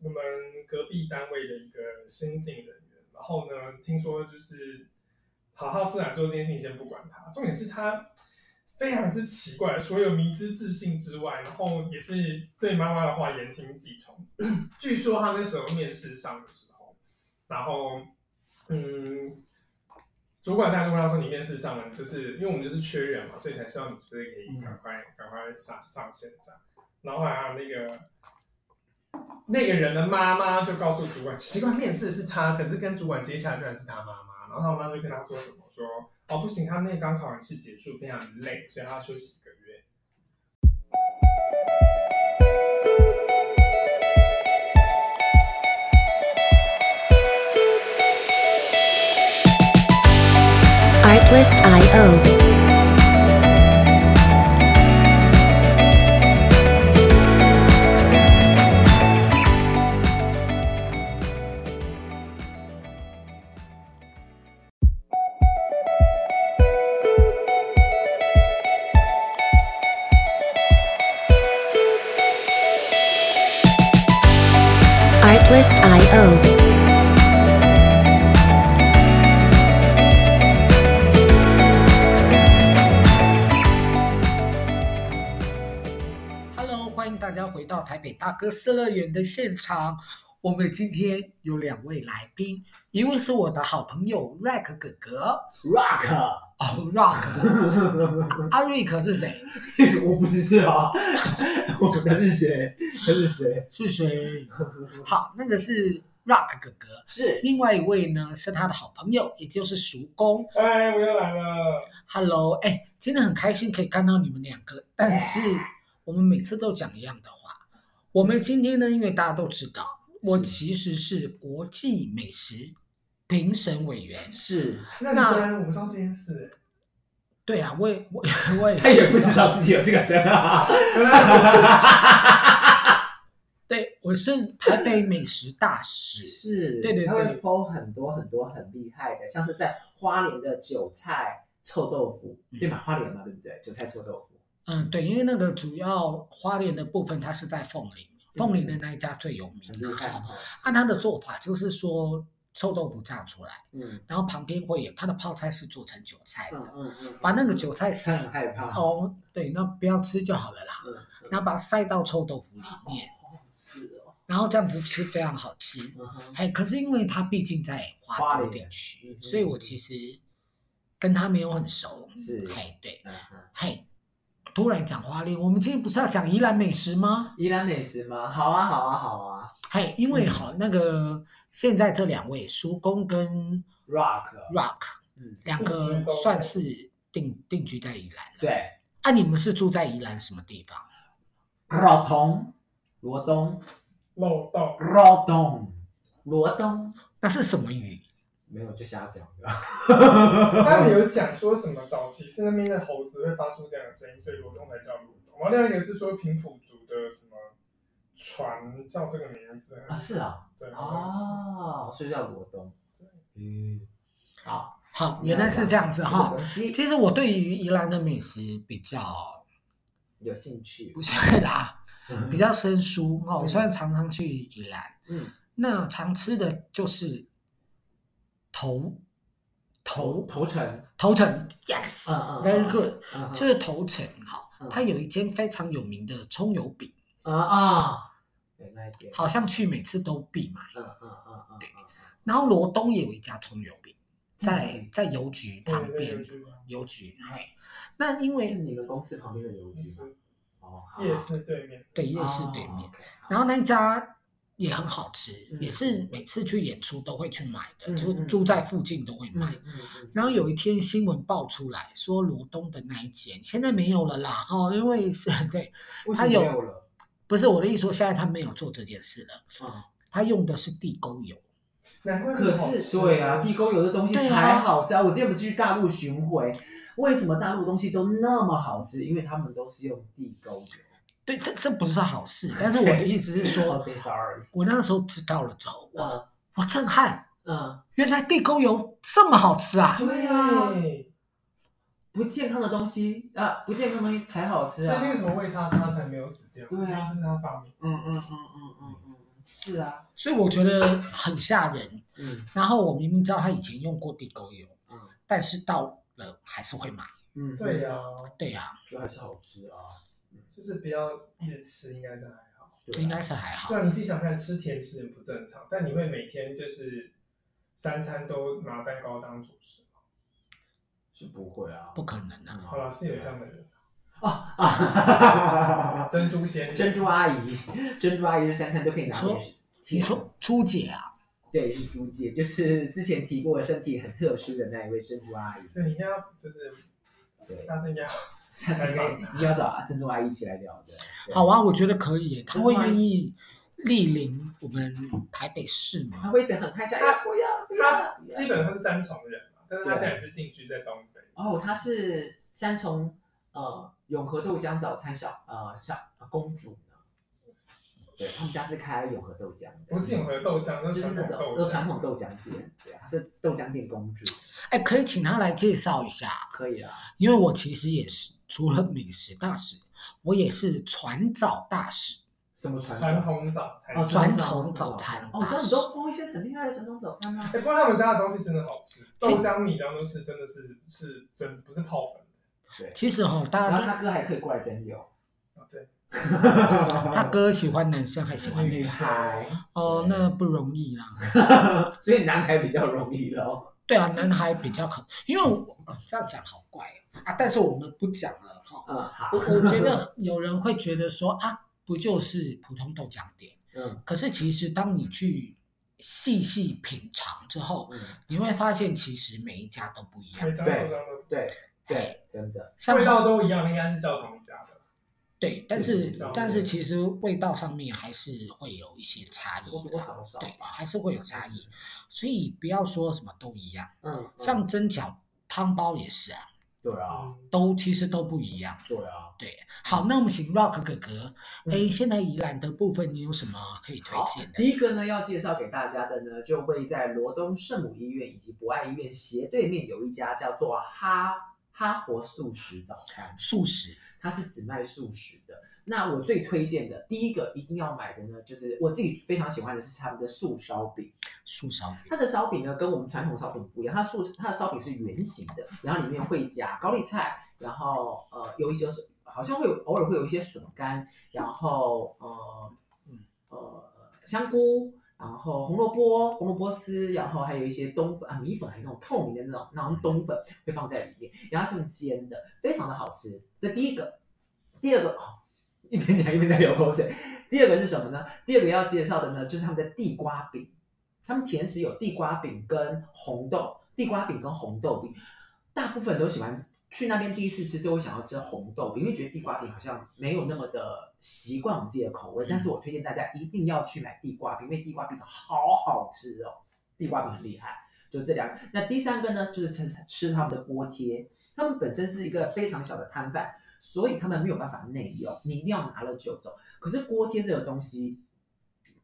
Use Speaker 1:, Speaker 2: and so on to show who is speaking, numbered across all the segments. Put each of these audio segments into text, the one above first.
Speaker 1: 我们隔壁单位的一个新进人员，然后呢，听说就是好好市长做这件事情先不管他，重点是他非常之奇怪，除了迷之自信之外，然后也是对妈妈的话言听计从。据说他那时候面试上的时候，然后嗯，主管大概问他说：“你面试上了，就是因为我们就是缺人嘛，所以才希望你就是可以赶快赶快上上线这样。”然后还有那个那个人的妈妈就告诉主管，奇怪，面试的是他，可是跟主管接洽居然是他妈妈。然后他妈妈就跟他说什么说：“哦，不行，他那个刚考完试结束，非常累，所以他要休息一个月。”
Speaker 2: Artlist.io. Artlist.io.
Speaker 3: Hello，欢迎大家回到台北大哥斯乐园的现场。我们今天有两位来宾，一位是我的好朋友 Rack 哥哥
Speaker 4: Rock，
Speaker 3: 哦，Rock，阿瑞克是谁？
Speaker 4: 我不知道， 我那是谁？那是谁？
Speaker 3: 是谁？好，那个是 Rock 哥哥，
Speaker 4: 是
Speaker 3: 另外一位呢是他的好朋友，也就是叔公。
Speaker 1: 哎，我又来了。
Speaker 3: Hello，哎，真的很开心可以看到你们两个，但是我们每次都讲一样的话。我们今天呢，因为大家都知道，我
Speaker 4: 是
Speaker 3: 其实是国际美食评审委员。
Speaker 4: 是，
Speaker 1: 认
Speaker 3: 那
Speaker 1: 真，我不知道这件事。
Speaker 3: 对啊，我也我我也
Speaker 4: 他也不知道自己有这个身啊。
Speaker 3: 对，我是台北美食大使。
Speaker 4: 是，
Speaker 3: 对对对
Speaker 4: 他会剖很多很多很厉害的，像是在花莲的韭菜臭豆腐，
Speaker 3: 嗯
Speaker 4: 对嘛？花莲嘛，对不对？韭菜臭豆腐。
Speaker 3: 嗯，对，因为那个主要花莲的部分，它是在凤林，凤林的那一家最有名
Speaker 4: 嗯很厉
Speaker 3: 嘛。
Speaker 4: 害，很
Speaker 3: 好，
Speaker 4: 好吃
Speaker 3: 按、它的做法就是说，臭豆腐炸出来，
Speaker 4: 嗯
Speaker 3: 然后旁边会有它的泡菜是做成韭菜的，
Speaker 4: 嗯嗯嗯，
Speaker 3: 把那个韭菜
Speaker 4: 他很害怕，
Speaker 3: 哦，对，那不要吃就好了啦，
Speaker 4: 嗯，嗯，
Speaker 3: 然后把它塞到臭豆腐里面，
Speaker 4: 好好吃哦，
Speaker 3: 然后这样子吃非常好吃。
Speaker 4: 嗯哼
Speaker 3: 哎，可是因为他毕竟在
Speaker 4: 花
Speaker 3: 华东
Speaker 4: 莲
Speaker 3: 地区
Speaker 4: 嗯，
Speaker 3: 所以我其实跟他没有很熟。
Speaker 4: 是
Speaker 3: 嘿，对，
Speaker 4: 嗯哼
Speaker 3: 嘿，突然讲花莲，我们今天不是要讲宜兰美食吗？
Speaker 4: 宜兰美食吗？好啊，好啊，好啊
Speaker 3: 嘿，因为
Speaker 4: 嗯
Speaker 3: 好那个现在这两位叔公跟
Speaker 4: ，Rock，
Speaker 3: Rock
Speaker 4: 嗯，
Speaker 3: 两
Speaker 1: 嗯
Speaker 3: 个
Speaker 1: 叔公
Speaker 3: 算是定定居在宜兰了。
Speaker 4: 对，
Speaker 3: 啊，你们是住在宜兰什么地方？
Speaker 4: 罗东，罗东，
Speaker 1: 漏 洞，
Speaker 4: 罗东，罗东，
Speaker 3: 那是什么鱼？
Speaker 4: 没有就瞎讲的，
Speaker 1: 他们有讲说什么早期是那边的猴子会发出这样的声音，所以罗东才叫罗东。然后另外一个是说平埔族的什么船叫这个名字
Speaker 4: 啊，是啊，
Speaker 1: 对，
Speaker 4: 哦，所以叫罗东，嗯，好，
Speaker 3: 好，原来是这样子哈。
Speaker 4: 吃东西
Speaker 3: 其实我对于宜兰的美食比较
Speaker 4: 有兴趣
Speaker 3: 不，是啦，比较生疏哦。虽然常常去宜兰，
Speaker 4: 嗯，
Speaker 3: 那常吃的就是头头
Speaker 4: 头城，
Speaker 3: 头城，yes，very、
Speaker 4: 嗯嗯
Speaker 3: Very good，、
Speaker 4: 嗯
Speaker 3: 就是头城哈、
Speaker 4: 嗯
Speaker 3: 它有一间非常有名的葱油饼，
Speaker 4: 啊啊，对那一间，
Speaker 3: 好像去每次都必买。
Speaker 4: 嗯，嗯嗯嗯嗯嗯，
Speaker 3: 然后罗东也有一家葱油饼，在
Speaker 4: 嗯
Speaker 3: 在邮局
Speaker 1: 对
Speaker 3: 旁边，邮局，嘿，那因
Speaker 4: 是
Speaker 3: 为
Speaker 4: 你们公司旁边的邮
Speaker 1: 夜
Speaker 4: 局吗？
Speaker 1: 市
Speaker 4: 哦，好哦
Speaker 1: 夜市对面，
Speaker 3: 对夜市对面。，
Speaker 4: 好
Speaker 3: 然后那一家也很好吃，
Speaker 4: 嗯
Speaker 3: 也是每次去演出都会去买的，
Speaker 4: 嗯
Speaker 3: 就是住在附近都会买。
Speaker 4: 嗯嗯嗯，
Speaker 3: 然后有一天新闻爆出来说罗东的那一间现在没有了啦，哦，因为是 对，
Speaker 4: 嗯为什
Speaker 3: 他
Speaker 4: 么
Speaker 3: 有
Speaker 4: 没有了，
Speaker 3: 不是我的意思说现在他没有做这件事了，
Speaker 4: 嗯。
Speaker 3: 他用的是地沟油，
Speaker 1: 难怪
Speaker 4: 可
Speaker 1: 很好
Speaker 4: 是
Speaker 1: 吃
Speaker 4: 对啊，地沟油的东西
Speaker 3: 对啊
Speaker 4: 才好吃啊！我之前不是去大陆巡回，为什么大陆东西都那么好吃？因为他们都是用地沟油。
Speaker 3: 对，这这不是好事。但是我的意思是 说，
Speaker 4: OK sorry，
Speaker 3: 我那个时候知道了之后，我
Speaker 4: 嗯
Speaker 3: 我震撼，
Speaker 4: 嗯，
Speaker 3: 原来地沟油这么好吃啊！
Speaker 4: 对啊
Speaker 1: 对
Speaker 4: 不健康的东西啊，不健康的东西才好吃
Speaker 1: 所以
Speaker 4: 啊。
Speaker 1: 那个什么魏莎莎才没有死掉，
Speaker 4: 对啊
Speaker 1: 因为是他发明。
Speaker 4: 嗯嗯嗯嗯嗯嗯，是啊，
Speaker 3: 所以我觉得很吓人。
Speaker 4: 嗯
Speaker 3: 然后我明明知道他以前用过地沟油，
Speaker 4: 嗯
Speaker 3: 但是到了还是会买。
Speaker 4: 嗯，
Speaker 1: 对啊呀、
Speaker 3: 对啊呀、
Speaker 4: 就还是好吃啊。
Speaker 1: 就是不要一直吃，应该是还好。
Speaker 4: 对啊
Speaker 3: 应该是还好
Speaker 1: 对。啊，你自己想想看，吃甜食很不正常，但你会每天就是三餐都拿蛋糕当主食吗？
Speaker 4: 是不会啊，
Speaker 3: 不可能啊！
Speaker 1: 好了，是有这样的人，
Speaker 4: 啊啊！
Speaker 1: 珍珠仙女
Speaker 4: 珍珠阿姨，珍珠阿姨是三餐都可以拿
Speaker 3: 你
Speaker 4: 回
Speaker 3: 说
Speaker 4: 去。
Speaker 3: 你说朱姐啊，
Speaker 4: 对，是朱姐，就是之前提过身体很特殊的那一位珍珠阿姨。
Speaker 1: 对，你应该要就是
Speaker 4: 对，
Speaker 1: 下次应该要
Speaker 4: 下次应该一定要找啊珍珠阿姨一起来聊的。对
Speaker 3: 好，啊，我觉得可以耶，她
Speaker 4: 真
Speaker 3: 会
Speaker 4: 的吗
Speaker 3: 愿意莅临我们台北市
Speaker 4: 她
Speaker 3: 吗？
Speaker 4: 会一直很开心，哎呀，不要不要
Speaker 1: 他
Speaker 4: 不
Speaker 1: 基
Speaker 4: 要。
Speaker 1: 本上是三重人嘛，但是他
Speaker 4: 对
Speaker 1: 现在也是定居在东北。
Speaker 4: 哦，她是三重呃永和豆浆早餐小呃小公主呢。对，他们家是开永和豆浆的，
Speaker 1: 不是永和豆浆，那
Speaker 4: 就是
Speaker 1: 传
Speaker 4: 那
Speaker 1: 统
Speaker 4: 种
Speaker 1: 豆
Speaker 4: 有
Speaker 1: 浆。
Speaker 4: 传统豆浆店，对啊，是豆浆店公主，
Speaker 3: 哎，可以请她来介绍一下，
Speaker 4: 可以啦。啊
Speaker 3: 因为我其实也是除了美食大使，我也是传早大使。
Speaker 4: 什么传
Speaker 1: 传统早餐。
Speaker 4: 哦，
Speaker 1: 哎、
Speaker 3: 传统早餐
Speaker 4: 哦，这样你都包一些很厉害的传统早餐啊吗？
Speaker 1: 哎不过他们家的东西真的好吃，豆浆、米浆都是真的是是真不是泡粉
Speaker 3: 其实哈、大
Speaker 4: 然后
Speaker 3: 家
Speaker 4: 他哥还可以过来蒸油，
Speaker 1: 的。啊，对，
Speaker 3: 都他哥喜欢男生还喜 欢女
Speaker 4: 厉
Speaker 3: 生
Speaker 4: 害，
Speaker 3: 哦，那不容易啦。
Speaker 4: 所以男孩比较容易咯。
Speaker 3: 对啊，男孩比较可，因为我、呃这样讲好怪哦啊，但是我们不讲了哈、
Speaker 4: 嗯，好
Speaker 3: 我，我觉得有人会觉得说啊，不就是普通豆浆店？
Speaker 4: 嗯
Speaker 3: 可是其实当你去细细品尝之后，
Speaker 4: 嗯，
Speaker 3: 你会发现其实每一家都不一样
Speaker 1: 每。家豆浆都
Speaker 4: 对
Speaker 3: 嘿
Speaker 4: 对，真的，
Speaker 3: 像
Speaker 1: 味道都一样，应该是叫同一家的。
Speaker 3: 对，但是
Speaker 1: 嗯这样
Speaker 3: 但是其实味道上面还是会有一些差异
Speaker 4: 多
Speaker 3: 的
Speaker 4: 多
Speaker 3: 啦，
Speaker 4: 少少
Speaker 3: 对，
Speaker 4: 吧。
Speaker 3: 还是会有差异。所以不要说什么都一样，
Speaker 4: 嗯，嗯
Speaker 3: 像蒸饺、汤包也是啊，
Speaker 4: 对啊，
Speaker 1: 嗯
Speaker 3: 都其实都不一样。
Speaker 4: 对啊，
Speaker 3: 对，好，那我们请 Rock 哥哥，
Speaker 4: 嗯
Speaker 3: 哎，现在宜兰的部分你有什么可以嗯推
Speaker 4: 好
Speaker 3: 荐，的？
Speaker 4: 第一个呢要介绍给大家的呢，就位在罗东圣母医院以及博爱医院斜对面有一家叫做哈哈佛素食早餐。
Speaker 3: 素食，
Speaker 4: 它是只卖素食的。那我最推荐的第一个一定要买的呢，就是我自己非常喜欢的是他们的素烧饼。
Speaker 3: 素烧饼
Speaker 4: 它的烧饼呢跟我们传统烧饼不一样，它素它的烧饼是圆形的，然后里面会加高丽菜，然后呃有一些笋好像会有偶尔会有一些笋干，然后呃嗯呃香菇。然后红萝卜、红萝卜丝，然后还有一些冬粉啊，米粉还是那种透明的那种，那种冬粉会放在里面，然后它是用煎的，非常的好吃。这第一个，第二个哦，一边讲一边在流口水。第二个是什么呢？第二个要介绍的呢，就是他们的地瓜饼。他们甜食有地瓜饼跟红豆，地瓜饼跟红豆饼，大部分都喜欢吃去那边第一次吃都会想要吃红豆饼，因为觉得地瓜饼好像没有那么的习惯我们自己的口味。但是我推荐大家一定要去买地瓜饼，因为地瓜饼好好吃哦，地瓜饼很厉害。就这两个，那第三个呢，就是吃吃他们的锅贴，他们本身是一个非常小的摊贩，所以他们没有办法内用，你一定要拿了就走。可是锅贴这个东西，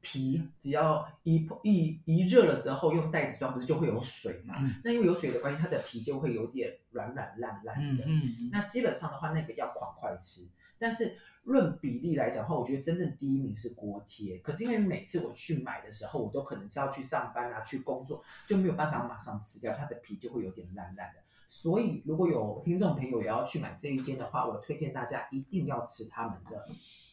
Speaker 4: 皮只要一一一热了之后，用袋子装，不是就会有水嘛？
Speaker 3: 嗯
Speaker 4: 那因为有水的关系，它的皮就会有点软软烂烂
Speaker 3: 嗯
Speaker 4: 的。
Speaker 3: 嗯，嗯
Speaker 4: 那基本上的话，那个要狂快吃。但是论比例来讲的话，我觉得真正第一名是锅贴。可是因为每次我去买的时候，我都可能是要去上班啊，去工作，就没有办法马上吃掉，它的皮就会有点烂烂的。所以如果有听众朋友也要去买这一间的话，我推荐大家一定要吃他们的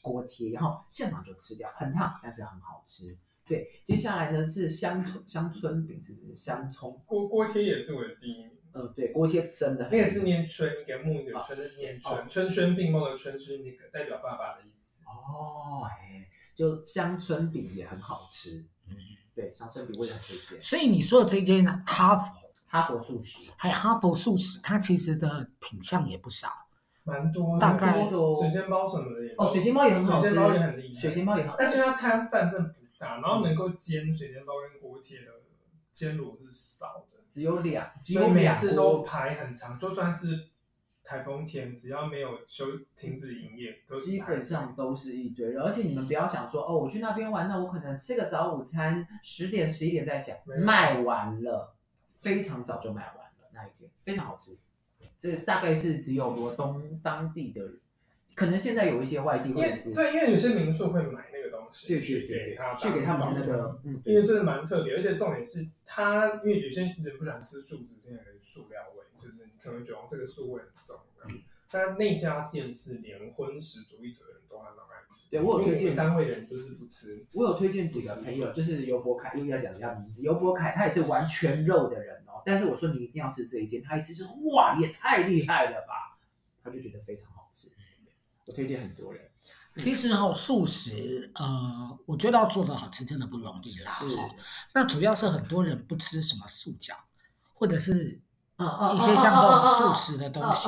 Speaker 4: 锅贴，然后现场就吃掉，很烫，但是很好吃。对，接下来呢是香椿香椿饼，是不是香葱？
Speaker 1: 锅锅贴也是我的第一名，
Speaker 4: 呃，对，锅贴真的很
Speaker 1: 那个字念春，一个木一个春，那是念
Speaker 4: 哦
Speaker 1: 春，春轩并茂的春是那个代表爸爸的意思。
Speaker 4: 哦，哎，就香椿饼也很好吃。
Speaker 3: 嗯
Speaker 4: 对，香椿饼我也很推荐。
Speaker 3: 所以你说的这间呢，哈佛，
Speaker 4: 哈佛素食，
Speaker 3: 还有哈佛素食，它其实的品相也不少。
Speaker 1: 蛮多的，
Speaker 3: 大概
Speaker 1: 水煎包什么的也
Speaker 4: 哦，水煎包也很好
Speaker 1: 水
Speaker 4: 吃，
Speaker 1: 煎包也很厉害
Speaker 4: 水煎包也很好
Speaker 1: 但是它摊贩真的不大，然后能够煎水煎包跟锅贴的煎炉是少的，
Speaker 4: 只有两，只
Speaker 1: 所以
Speaker 4: 有
Speaker 1: 每
Speaker 4: 两
Speaker 1: 次都
Speaker 4: 锅。
Speaker 1: 排很长，就算是台风天，只要没有休停止营业，都是
Speaker 4: 基本上都是一堆人，而且你们不要想说哦，我去那边玩，那我可能吃个早午餐，十点十一点再想
Speaker 1: 没，有
Speaker 4: 卖完了，非常早就卖完了那一天，非常好吃。这大概是只有罗东当地的可能现在有一些外地
Speaker 1: 因
Speaker 4: 或
Speaker 1: 为
Speaker 4: 者是
Speaker 1: 对，因为有些民宿会买那个东西
Speaker 4: 对
Speaker 1: 去
Speaker 4: 对对
Speaker 1: 给他
Speaker 4: 去给他
Speaker 1: 当
Speaker 4: 们的
Speaker 1: 早
Speaker 4: 那
Speaker 1: 餐
Speaker 4: 个，嗯，
Speaker 1: 因为真的蛮特别，而且重点是它，因为有些人不喜欢吃素食，现在有塑料味，就是你可能觉得哦这个素味很重。
Speaker 4: 嗯
Speaker 1: 但那家店是连荤食主义者的人都还蛮爱吃。
Speaker 4: 对我有
Speaker 1: 因为
Speaker 4: 推荐
Speaker 1: 们单位人就是不吃。
Speaker 4: 我有推荐几个朋友，就是尤伯凯，又要讲一下名字，尤伯凯他也是完全肉的人哦，但是我说你一定要吃这一间，他一吃就是哇，也太厉害了吧，他就觉得非常好吃。我推荐很多人，
Speaker 3: 其实哈、素食，呃，我觉得要做的好吃真的不容易啦。
Speaker 4: 是，
Speaker 3: 哈，那主要是很多人不吃什么素饺，或者是
Speaker 4: 嗯嗯
Speaker 3: 一些像这种
Speaker 4: 哦
Speaker 3: 素食的东西。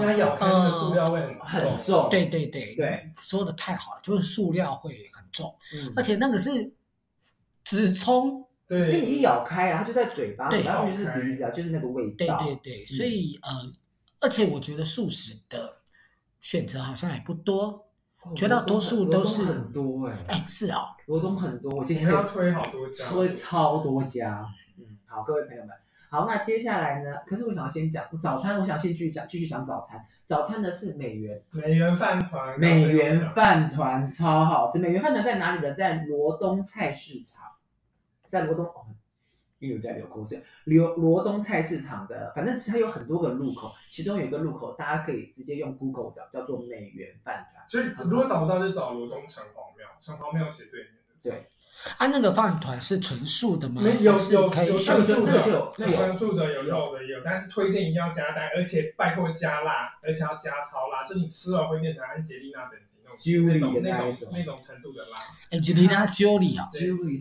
Speaker 1: 因为它咬开那个塑料味很重，
Speaker 4: 很重，
Speaker 3: 对对对
Speaker 4: 哦对，
Speaker 3: 说的太好了，就是塑料会很重，
Speaker 4: 嗯
Speaker 3: 而且那个是直冲，
Speaker 4: 因为
Speaker 1: 对，
Speaker 4: 你一咬开啊，它就在嘴巴，
Speaker 3: 对
Speaker 4: 然后就是鼻子啊，就是那个味
Speaker 3: 对
Speaker 4: 道，
Speaker 3: 对对，所以呃，而且我觉得素食的选择好像也不多，
Speaker 4: 哦
Speaker 3: 绝大多数都是
Speaker 4: 罗东很多哎，
Speaker 3: 哎，是哦，
Speaker 4: 罗东很多，我接
Speaker 1: 你
Speaker 4: 下
Speaker 1: 要
Speaker 4: 来
Speaker 1: 推好多家。
Speaker 4: 推超多家。嗯，好，各位朋友们，好，那接下来呢？可是我想要先讲早餐，我想先继续讲，继续讲早餐。早餐呢是美元
Speaker 1: 美元饭团，
Speaker 4: 美元饭团，超好吃。美元饭团在哪里呢？在罗东菜市场，在罗东。哦又有在流口水。罗罗东菜市场的，反正其实它有很多个路口，其中有一个路口大家可以直接用 Google 找，叫做美元饭团。
Speaker 1: 所以如果找不到就找罗东城隍庙，城隍庙斜对面的。
Speaker 4: 对，
Speaker 3: 啊，那个饭团是纯素的吗？
Speaker 1: 没有
Speaker 3: 还是
Speaker 1: 有
Speaker 3: 可以
Speaker 1: 有
Speaker 3: 选
Speaker 1: 纯素
Speaker 4: 那个
Speaker 1: 的，
Speaker 4: 就有那个
Speaker 1: 有纯素的，有肉的也有，但是推荐一定要加蛋，而且拜托加辣，而且要加超辣，就是你吃了会变成安吉丽娜等级那种那种
Speaker 4: Julie 的
Speaker 1: 那
Speaker 4: 那
Speaker 1: 种
Speaker 4: 一种
Speaker 1: 那种程度的辣。
Speaker 3: Angelina Jolie 啊，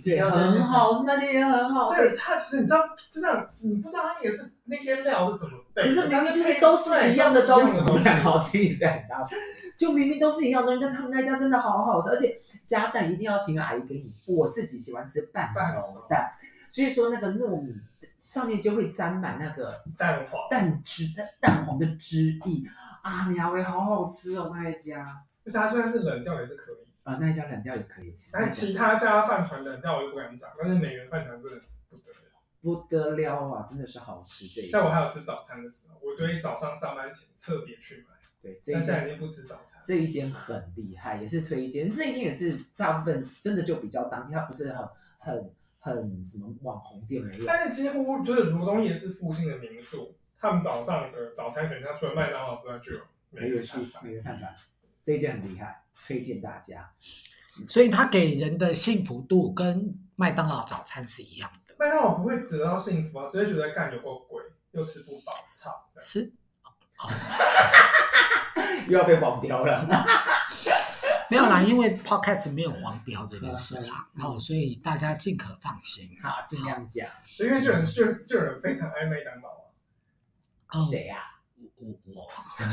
Speaker 4: 对，很好吃，那天也很好吃。
Speaker 1: 对，它其实你知道，就像你不知道它那个是那些料是怎么备
Speaker 4: 可
Speaker 1: 的，
Speaker 4: 是明
Speaker 1: 但
Speaker 4: 明就
Speaker 1: 配
Speaker 4: 是都是一样的东
Speaker 1: 对
Speaker 4: 西，
Speaker 1: 都是一样的东西
Speaker 4: 好吃一直在搭配，就明明都是一样的东西，但他们那家真的好好吃，而且加蛋一定要请阿姨给你。我自己喜欢吃半熟蛋，所以说那个糯米上面就会沾满那个
Speaker 1: 蛋黄。
Speaker 4: 蛋汁、蛋蛋黄的汁液啊，娘喂，好好吃哦那一家
Speaker 1: 而且它虽然是冷掉也是可以，
Speaker 4: 啊，那一家冷掉也可以吃，那一
Speaker 1: 但
Speaker 4: 家
Speaker 1: 其他家饭团冷掉我就不敢讲，但是美元饭团真的不得了。
Speaker 4: 不得了啊，真的是好吃这一
Speaker 1: 在我
Speaker 4: 家，
Speaker 1: 还有吃早餐的时候，我对早上上班前特别去买，
Speaker 4: 对这
Speaker 1: 但
Speaker 4: 一
Speaker 1: 现
Speaker 4: 家
Speaker 1: 在已经不吃早餐。
Speaker 4: 这一间很厉害，也是推荐。这一间也是大部分真的就比较当地，它不是很很很什么网红店没有。
Speaker 1: 但是几乎就是罗东夜市附近的民宿，他们早上的早餐可能像除了麦当劳之外就有美
Speaker 4: 美月
Speaker 1: 月
Speaker 4: 去
Speaker 1: 饭
Speaker 4: 美月饭团，这一间很厉害，推荐大家。
Speaker 3: 所以它给人的幸福度跟麦当劳早餐是一样的，
Speaker 1: 麦当劳不会得到幸福啊，只会觉得干有够贵，又吃不饱，操！这样
Speaker 3: 是
Speaker 4: 又要被黄标了。
Speaker 3: 没有啦，因为 podcast 没有黄标这件事啦，好、所以大家尽可放心。
Speaker 4: 好，尽量讲。
Speaker 1: 所以因为就有人就就有人非常爱麦当劳啊，
Speaker 3: 哦，
Speaker 4: 谁呀、
Speaker 3: 我我，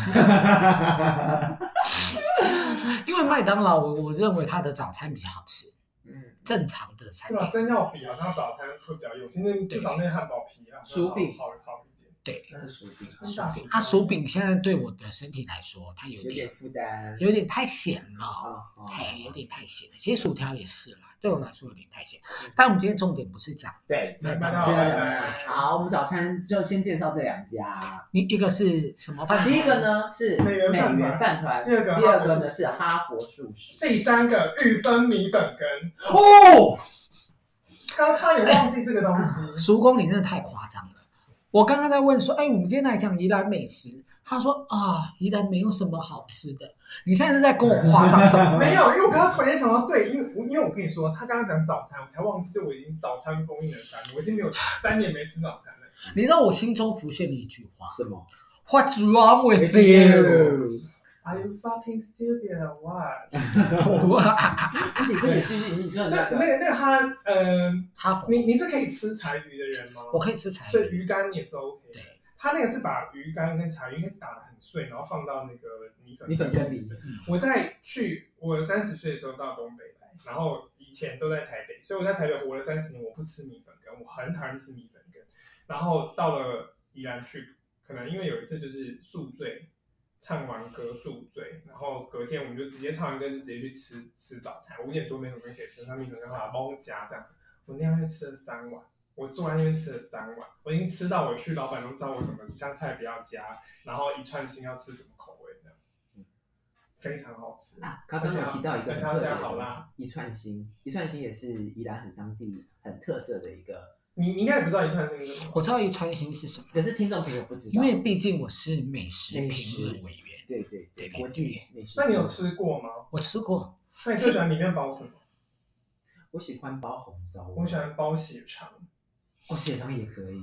Speaker 4: 啊？
Speaker 3: 因为麦当劳，我我认为它的早餐比较好吃，
Speaker 4: 嗯，
Speaker 3: 正常的餐
Speaker 1: 对吧？
Speaker 3: 点。
Speaker 1: 真要比好像早餐会比较用心，因为至少那个汉堡皮啊，
Speaker 4: 薯饼
Speaker 1: 好好好一点。
Speaker 4: 那是薯饼，
Speaker 1: 薯饼
Speaker 3: 它薯饼现在对我的身体来说，它有
Speaker 4: 有点
Speaker 3: 点
Speaker 4: 负担。
Speaker 3: 有点太咸
Speaker 4: 啊
Speaker 3: 了，
Speaker 4: 啊
Speaker 3: 嘿，有点太咸了。其实薯条也是啦，对我来说有点太咸。但我们今天重点不是讲
Speaker 4: 对。
Speaker 3: 麦当
Speaker 1: 麦
Speaker 4: 不
Speaker 1: 当
Speaker 4: 要
Speaker 1: 劳
Speaker 3: 劳，
Speaker 4: 讲了。好，我们早餐就先介绍这两家。
Speaker 3: 你一个是什么饭？
Speaker 4: 啊第一个？呢是
Speaker 1: 美元
Speaker 4: 美
Speaker 1: 饭团
Speaker 4: 元饭团，
Speaker 1: 第二个
Speaker 4: 第二个
Speaker 1: 哈佛
Speaker 4: 呢
Speaker 1: 素食
Speaker 4: 是哈佛素食。
Speaker 1: 第三个玉芬米粉羹，
Speaker 4: 哦，
Speaker 1: 刚刚差点忘记这个东西。
Speaker 3: 叔公，你真的太夸张了。我刚刚在问说，哎，我们今天来讲宜兰美食，他说啊，宜兰没有什么好吃的。你现在是在跟我夸张什么？
Speaker 1: 没有，因为我刚刚突然间想到，对，因为我因为我跟你说，他刚刚讲早餐，我才忘记，就我已经早餐封印了三年，我已经 没有三年没吃早餐了。
Speaker 3: 你知道我心中浮现了一句话
Speaker 4: 什么？
Speaker 3: ：What's wrong with you？
Speaker 1: Are you fucking stupid or what？
Speaker 4: 你可以继续，你知道
Speaker 1: 就
Speaker 4: 那
Speaker 1: 那
Speaker 4: 个
Speaker 1: 个那个他，嗯、
Speaker 3: 哈佛，
Speaker 1: 你你是可以吃柴鱼的人吗？
Speaker 3: 我可以吃柴
Speaker 1: 所以
Speaker 3: 鱼。
Speaker 1: 鱼干也是 OK 的
Speaker 3: 对。
Speaker 1: 他那个是把鱼干跟柴鱼应该是打得很碎，然后放到那个米粉
Speaker 4: 米粉羹里面。
Speaker 1: 我在去我三十岁的时候到东北来，然后以前都在台北，所以我在台北活了三十年，我不吃米粉羹，我很讨厌吃米粉羹。然后到了宜兰去，可能因为有一次就是宿醉，唱完歌宿醉，然后隔天我们就直接唱完歌就直接去吃吃早餐，五点多没什么东西可以吃，那米粉羹把它蒙夹这样子，我那样就吃了三碗。我坐在那边吃了三碗，我已经吃到我去老板都知道我什么香菜不要加，然后一串心要吃什么口味这样，非常好吃。
Speaker 4: 啊，刚刚有提到一个
Speaker 1: 而
Speaker 4: 很
Speaker 1: 且要
Speaker 4: 特别
Speaker 1: 加
Speaker 4: 的
Speaker 1: 好辣
Speaker 4: 东西一串心，一串心也是宜兰很当地很特色的一个，
Speaker 1: 你你应该也不知道一串是什么，
Speaker 3: 我知道一川心是什么，
Speaker 4: 可是听众朋友不知道，
Speaker 3: 因为毕竟我是美食
Speaker 4: 美
Speaker 3: 评
Speaker 4: 食
Speaker 3: 论委员，
Speaker 4: 对对
Speaker 3: 对
Speaker 4: 对，
Speaker 3: 对
Speaker 4: 国际美食。
Speaker 1: 那你有？吃过吗？
Speaker 3: 我吃过。
Speaker 1: 那你最喜欢里面包什么？
Speaker 4: 我喜欢包红糟，
Speaker 1: 我喜欢包血肠，
Speaker 4: 哦，血肠也可以。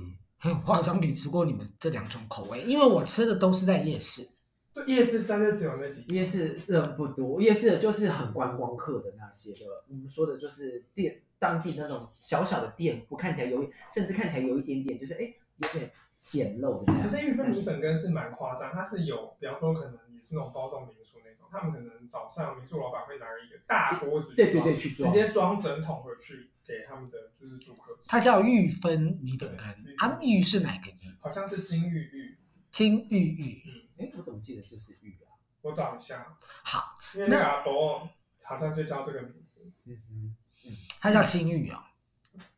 Speaker 3: 我好像没吃过你们这两种口味，因为我吃的都是在夜市。
Speaker 1: 就夜市真的只有那几家。
Speaker 4: 夜市人不多，夜市就是很观光客的那些的，我们说的就是店当地那种小小的店铺，看起来有甚至看起来有一点点就是哎有点简陋的那
Speaker 1: 可
Speaker 4: 样。
Speaker 1: 是玉芬米粉羹是蛮夸张，它是有，比方说可能也是那种包栋民宿那种，他们可能早上民宿老板会拿一个大锅子，
Speaker 4: 对对对，，去
Speaker 1: 直
Speaker 4: 装
Speaker 1: 接装整桶回去给他们的就是住客吃。
Speaker 3: 它叫玉芬米粉羹
Speaker 1: 对，
Speaker 3: 啊，玉是哪个玉？
Speaker 1: 好像是金玉玉，
Speaker 3: 金玉玉。
Speaker 1: 嗯，
Speaker 4: 哎，我怎么记得是不是玉啊？
Speaker 1: 我找一下，
Speaker 3: 好，
Speaker 1: 因为那个阿伯好像就叫这个名字，
Speaker 4: 嗯哼，
Speaker 3: 它叫金玉哦。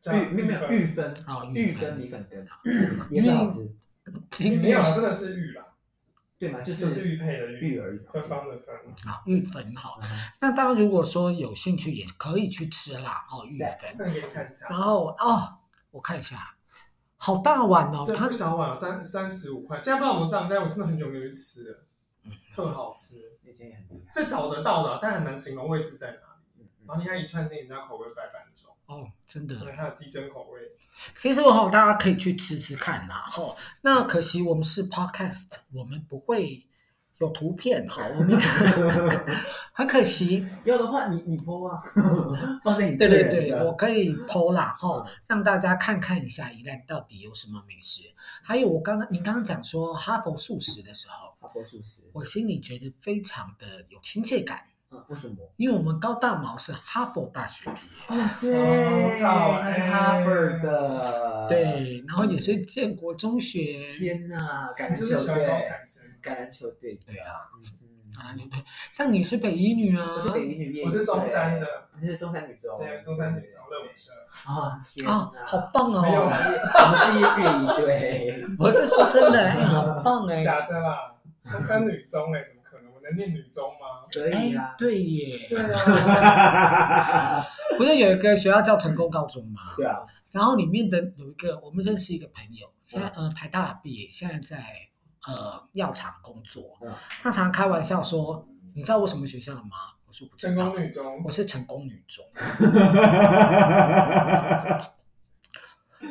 Speaker 1: 叫
Speaker 4: 玉没有玉
Speaker 1: 啊玉嗯
Speaker 4: 芬
Speaker 3: 哦，
Speaker 4: 玉
Speaker 3: 芬
Speaker 4: 跟米粉羹
Speaker 1: 玉
Speaker 4: 也很好吃，
Speaker 3: 金
Speaker 1: 没有
Speaker 3: 玉
Speaker 1: 啊，
Speaker 3: 是
Speaker 1: 真的是玉啦，
Speaker 4: 对吗？就
Speaker 1: 就是玉佩的玉
Speaker 4: 玉而已嘛。
Speaker 1: 芬芳的芬，
Speaker 3: 啊，玉粉好。
Speaker 4: 嗯哼
Speaker 3: 那当然，如果说有兴趣，也可以去吃啦。哦，玉
Speaker 4: 对
Speaker 3: 粉。
Speaker 1: 那你给你看一下
Speaker 4: 啊
Speaker 3: 然。后哦，我看一下，好大碗哦，
Speaker 1: 这
Speaker 3: 它
Speaker 1: 不小碗，三三十五块。现在不知道有没有涨价，我真的很久没有去吃了，特好吃，
Speaker 4: 那间也很厉害。
Speaker 1: 是找得到的，但很难形容位置在哪里。
Speaker 4: 嗯嗯
Speaker 1: 然后你看一串是人家口味白板中，
Speaker 3: 哦，真的。
Speaker 1: 对，还有鸡胗口味，
Speaker 3: 其实哈，大家可以去吃吃看啦。哈，那可惜我们是 podcast，我们不会有图片哈，我们 很可惜。
Speaker 4: 要的话，你你 播啊，放在你
Speaker 3: 对
Speaker 4: 个
Speaker 3: 对
Speaker 4: 人
Speaker 3: 对，
Speaker 4: 的
Speaker 3: 我可以 PO 啦哈，让大家看看一下宜兰到底有什么美食。还有我刚刚你刚刚讲说哈佛素食的时候，
Speaker 4: 哈佛素食。
Speaker 3: 我心里觉得非常的有亲切感，
Speaker 4: 嗯，为什么？
Speaker 3: 因为我们高大毛是哈佛大学毕业。
Speaker 4: 哦，
Speaker 1: 啊对
Speaker 4: 他是哈佛的。，
Speaker 3: 对，然后也是建国中学。
Speaker 4: 天哪，橄
Speaker 1: 你是
Speaker 4: 榄
Speaker 1: 不是
Speaker 4: 球
Speaker 1: 喜欢高
Speaker 4: 队，
Speaker 1: 材生？
Speaker 4: 橄榄球队。
Speaker 3: 对啊，
Speaker 4: 嗯
Speaker 3: 啊
Speaker 4: 嗯，
Speaker 3: 对对，像你是北医女啊，
Speaker 4: 我是北一女夜，
Speaker 1: 我是中山，的，
Speaker 4: 你是中山女中，
Speaker 1: 对，中山女校热舞社。
Speaker 4: 啊，天
Speaker 3: 啊
Speaker 4: 哪，，
Speaker 3: 好棒
Speaker 1: 没有
Speaker 3: 哦！
Speaker 1: 啦
Speaker 4: 我们是乐队，
Speaker 3: 我是说真的，哎，好棒哎！
Speaker 1: 假的啦，中山女中哎，怎么可能？我能念女中吗？
Speaker 4: 可
Speaker 3: 哎
Speaker 4: 以啊，。
Speaker 3: 对耶，
Speaker 1: 对啊，
Speaker 3: 不是有一个学校叫成功高中吗？
Speaker 4: 对啊，
Speaker 3: 然后里面的有一个，我们认识一个朋友，现在呃台大毕业，现在在呃药厂工作
Speaker 4: 嗯。
Speaker 3: 他常常开玩笑说：“你知道我什么学校的吗？”我说：“不知
Speaker 1: 成
Speaker 3: 道
Speaker 1: 功。女”中
Speaker 3: 我，是成功女中。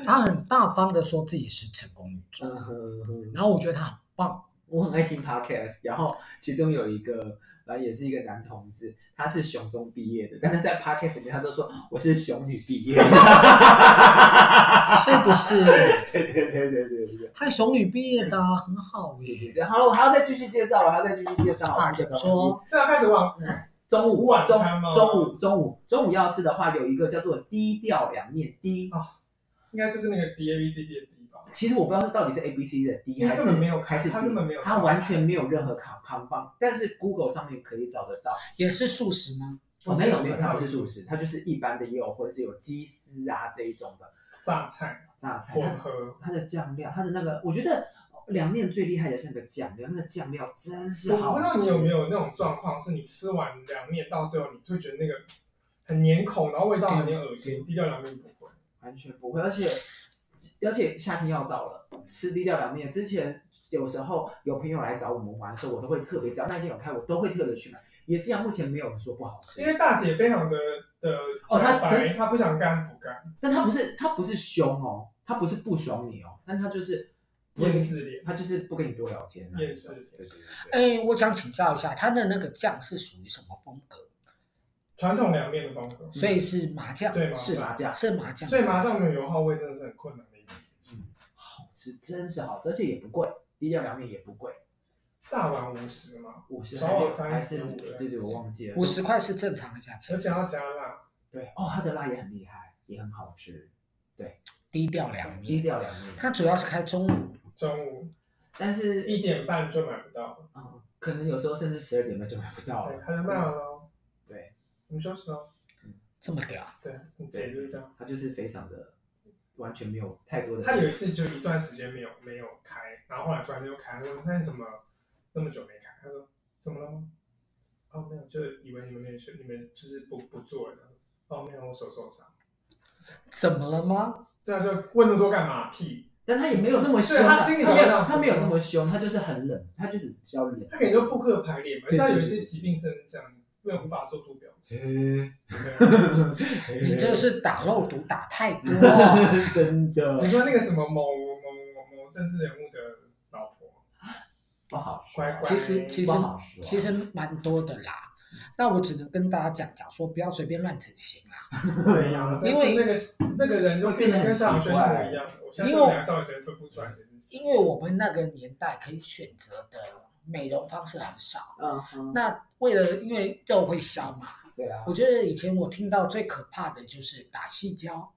Speaker 3: 他很大方的说自己是成功女中，
Speaker 4: 嗯哼哼
Speaker 3: 然后我觉得他很棒。
Speaker 4: 我很爱听 podcast，然后其中有一个，反正也是一个男同志，他是雄中毕业的，但是在 podcast 里面他都说我是雄女 毕业的，
Speaker 3: 是不是？
Speaker 4: 对对对对对对对。
Speaker 3: 他雄女毕业的啊，很好
Speaker 4: 对
Speaker 3: 耶。
Speaker 4: 然后我还要再继续介绍，我还要再继续介绍
Speaker 3: 啊，
Speaker 4: 好吃
Speaker 3: 请
Speaker 4: 的东西。
Speaker 3: 说。
Speaker 1: 现在开始往
Speaker 4: 中
Speaker 1: 午
Speaker 4: 午
Speaker 1: 晚
Speaker 4: 中
Speaker 1: 餐吗
Speaker 4: 中午中午中午要吃的话，有一个叫做低调凉面低，
Speaker 1: 应该就是那个 D A B C D 的 D 吧？
Speaker 4: 其实我不知道这到底是 A B C 的低
Speaker 1: 因为
Speaker 4: 还
Speaker 1: 根
Speaker 4: 是
Speaker 1: 本没有
Speaker 4: 还是 D，
Speaker 1: 它根本没有
Speaker 4: 它完全没有任何扛扛棒，但是 Google 上面可以找得到。哦
Speaker 3: 也是素食吗？
Speaker 4: 我没有没有，它
Speaker 1: 好
Speaker 4: 不是素食，它就是一般的也有，或者是有鸡丝啊这一种的
Speaker 1: 榨菜啊
Speaker 4: 榨菜。
Speaker 1: 混
Speaker 4: 它
Speaker 1: 合，
Speaker 4: 它的酱料，它的那个，我觉得凉面最厉害的是那个酱料，那个酱料真是
Speaker 1: 我
Speaker 4: 好
Speaker 1: 不知
Speaker 4: 吃。
Speaker 1: 道你有没有那种状况，是你吃完凉面到最后，你就会觉得那个很黏口，然后味道很有恶
Speaker 4: 嗯
Speaker 1: 心。低调凉面不会，
Speaker 4: 完全不会，而且而且夏天要到了，吃低调凉面。之前有时候有朋友来找我们玩的时候，我都会特别，只要那天有开，我都会特别去买。也是一样，目前没有人说不好吃
Speaker 1: 因，为大姐非常的的
Speaker 4: 哦她
Speaker 1: 小白，她不想干不干，
Speaker 4: 但它不是它不是凶哦，它不是不爽你哦，但它就是不会
Speaker 1: 厌
Speaker 4: 跟
Speaker 1: 世脸。
Speaker 4: 他就是不跟你多聊天那一种。
Speaker 1: 厌世
Speaker 4: 对对对对。
Speaker 3: 哎，我想请教一下，它的那个酱是属于什么风格？
Speaker 1: 传统凉面的风格，
Speaker 3: 所以是麻酱，
Speaker 1: 对吗？
Speaker 4: 是麻酱，
Speaker 3: 是麻酱。
Speaker 1: 所以麻酱没有油耗味真的是很困难的一件事情。
Speaker 4: 好吃，真是好吃，而且也不贵，低调凉面也不贵，
Speaker 1: 大碗五十嘛，
Speaker 4: 五十
Speaker 1: 少
Speaker 4: 还六
Speaker 1: 往三
Speaker 4: 还
Speaker 1: 十
Speaker 4: 是
Speaker 1: 五
Speaker 4: 对对，我忘记了，
Speaker 3: 五十块是正常的价钱
Speaker 1: 而，且要加辣，
Speaker 4: 对哦，它的辣也很厉害，也很好吃，
Speaker 3: 低调凉
Speaker 4: 低
Speaker 3: 面。
Speaker 4: 调凉面。
Speaker 3: 它主要是开中午，
Speaker 1: 中午
Speaker 4: 但是
Speaker 1: 一点半就买不到了，
Speaker 4: 嗯，可能有时候甚至十二点半就买不到
Speaker 1: 对
Speaker 4: 了，
Speaker 1: 还能卖哦完喽，
Speaker 4: 对，
Speaker 1: 我们休息喽。
Speaker 3: 这么屌，
Speaker 1: 哦对，你姐就是这样。
Speaker 4: 它就是非常的完全没有太多的。
Speaker 1: 他有一次就一段时间没有没有开，然后后来突然间又开，我说那你怎么那么久没开？他说怎么了吗？啊，哦没有，就以为你们没去，你们就是不不做了。哦没有，我手受伤。
Speaker 3: 怎么了吗？
Speaker 1: 对啊，就问那么多干嘛？屁！
Speaker 4: 但他也没有那么凶啊，
Speaker 1: 对他心里
Speaker 4: 他没有
Speaker 1: 有
Speaker 4: 他没有那么凶，他就是很冷，他就是比较 冷。
Speaker 1: 他可能就扑克牌脸嘛，
Speaker 4: 对
Speaker 1: 像有
Speaker 4: 对
Speaker 1: 一些疾病甚至这样，因为无法做出表情。
Speaker 3: 你这是打漏毒打太多了。
Speaker 4: 真
Speaker 1: 你
Speaker 4: 的
Speaker 1: 说那个什么某某某某政治人物的老婆，
Speaker 4: 不好说，
Speaker 1: 乖乖
Speaker 3: 其实其实
Speaker 4: 不好说。嗯
Speaker 3: 其实蛮多的啦。那我只能跟大家讲讲说，不要随便乱成型啦。
Speaker 1: 对呀，真是那个那个人就变得跟邵宇轩一模一样。我现在都两邵宇轩分不出来谁是谁。
Speaker 3: 因为我们那个年代可以选择的美容方式很少。
Speaker 4: 嗯哼，
Speaker 3: 那为了因为肉会消嘛，
Speaker 4: 对啊，
Speaker 3: 我觉得以前我听到最可怕的就是打细胶，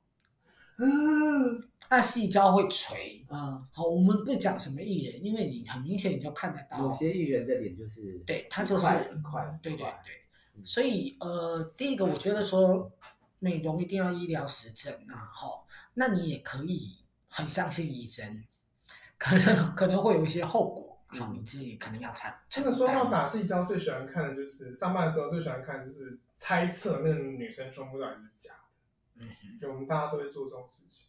Speaker 4: 嗯
Speaker 3: 那细胶会垂。
Speaker 4: 嗯，
Speaker 3: 好，我们不讲什么艺人，因为你很明显你就看得
Speaker 4: 有
Speaker 3: 到，
Speaker 4: 些艺人的脸就是
Speaker 3: 对他就是
Speaker 4: 很快很快，很
Speaker 3: 对对
Speaker 4: 快嗯
Speaker 3: 对，所以呃，第一个我觉得说美容一定要医疗实证啊，哈，那你也可以很相信医生，可能可能会有一些后果，好，
Speaker 4: 嗯
Speaker 3: 你自己可能要承
Speaker 1: 真
Speaker 3: 承
Speaker 1: 的
Speaker 3: 担。
Speaker 1: 说到打细胶，最喜欢看的就是上班的时候最喜欢看的就是猜测那个女生胸部到底是假
Speaker 3: 嗯
Speaker 1: 的。就我们大家都会做这种事情。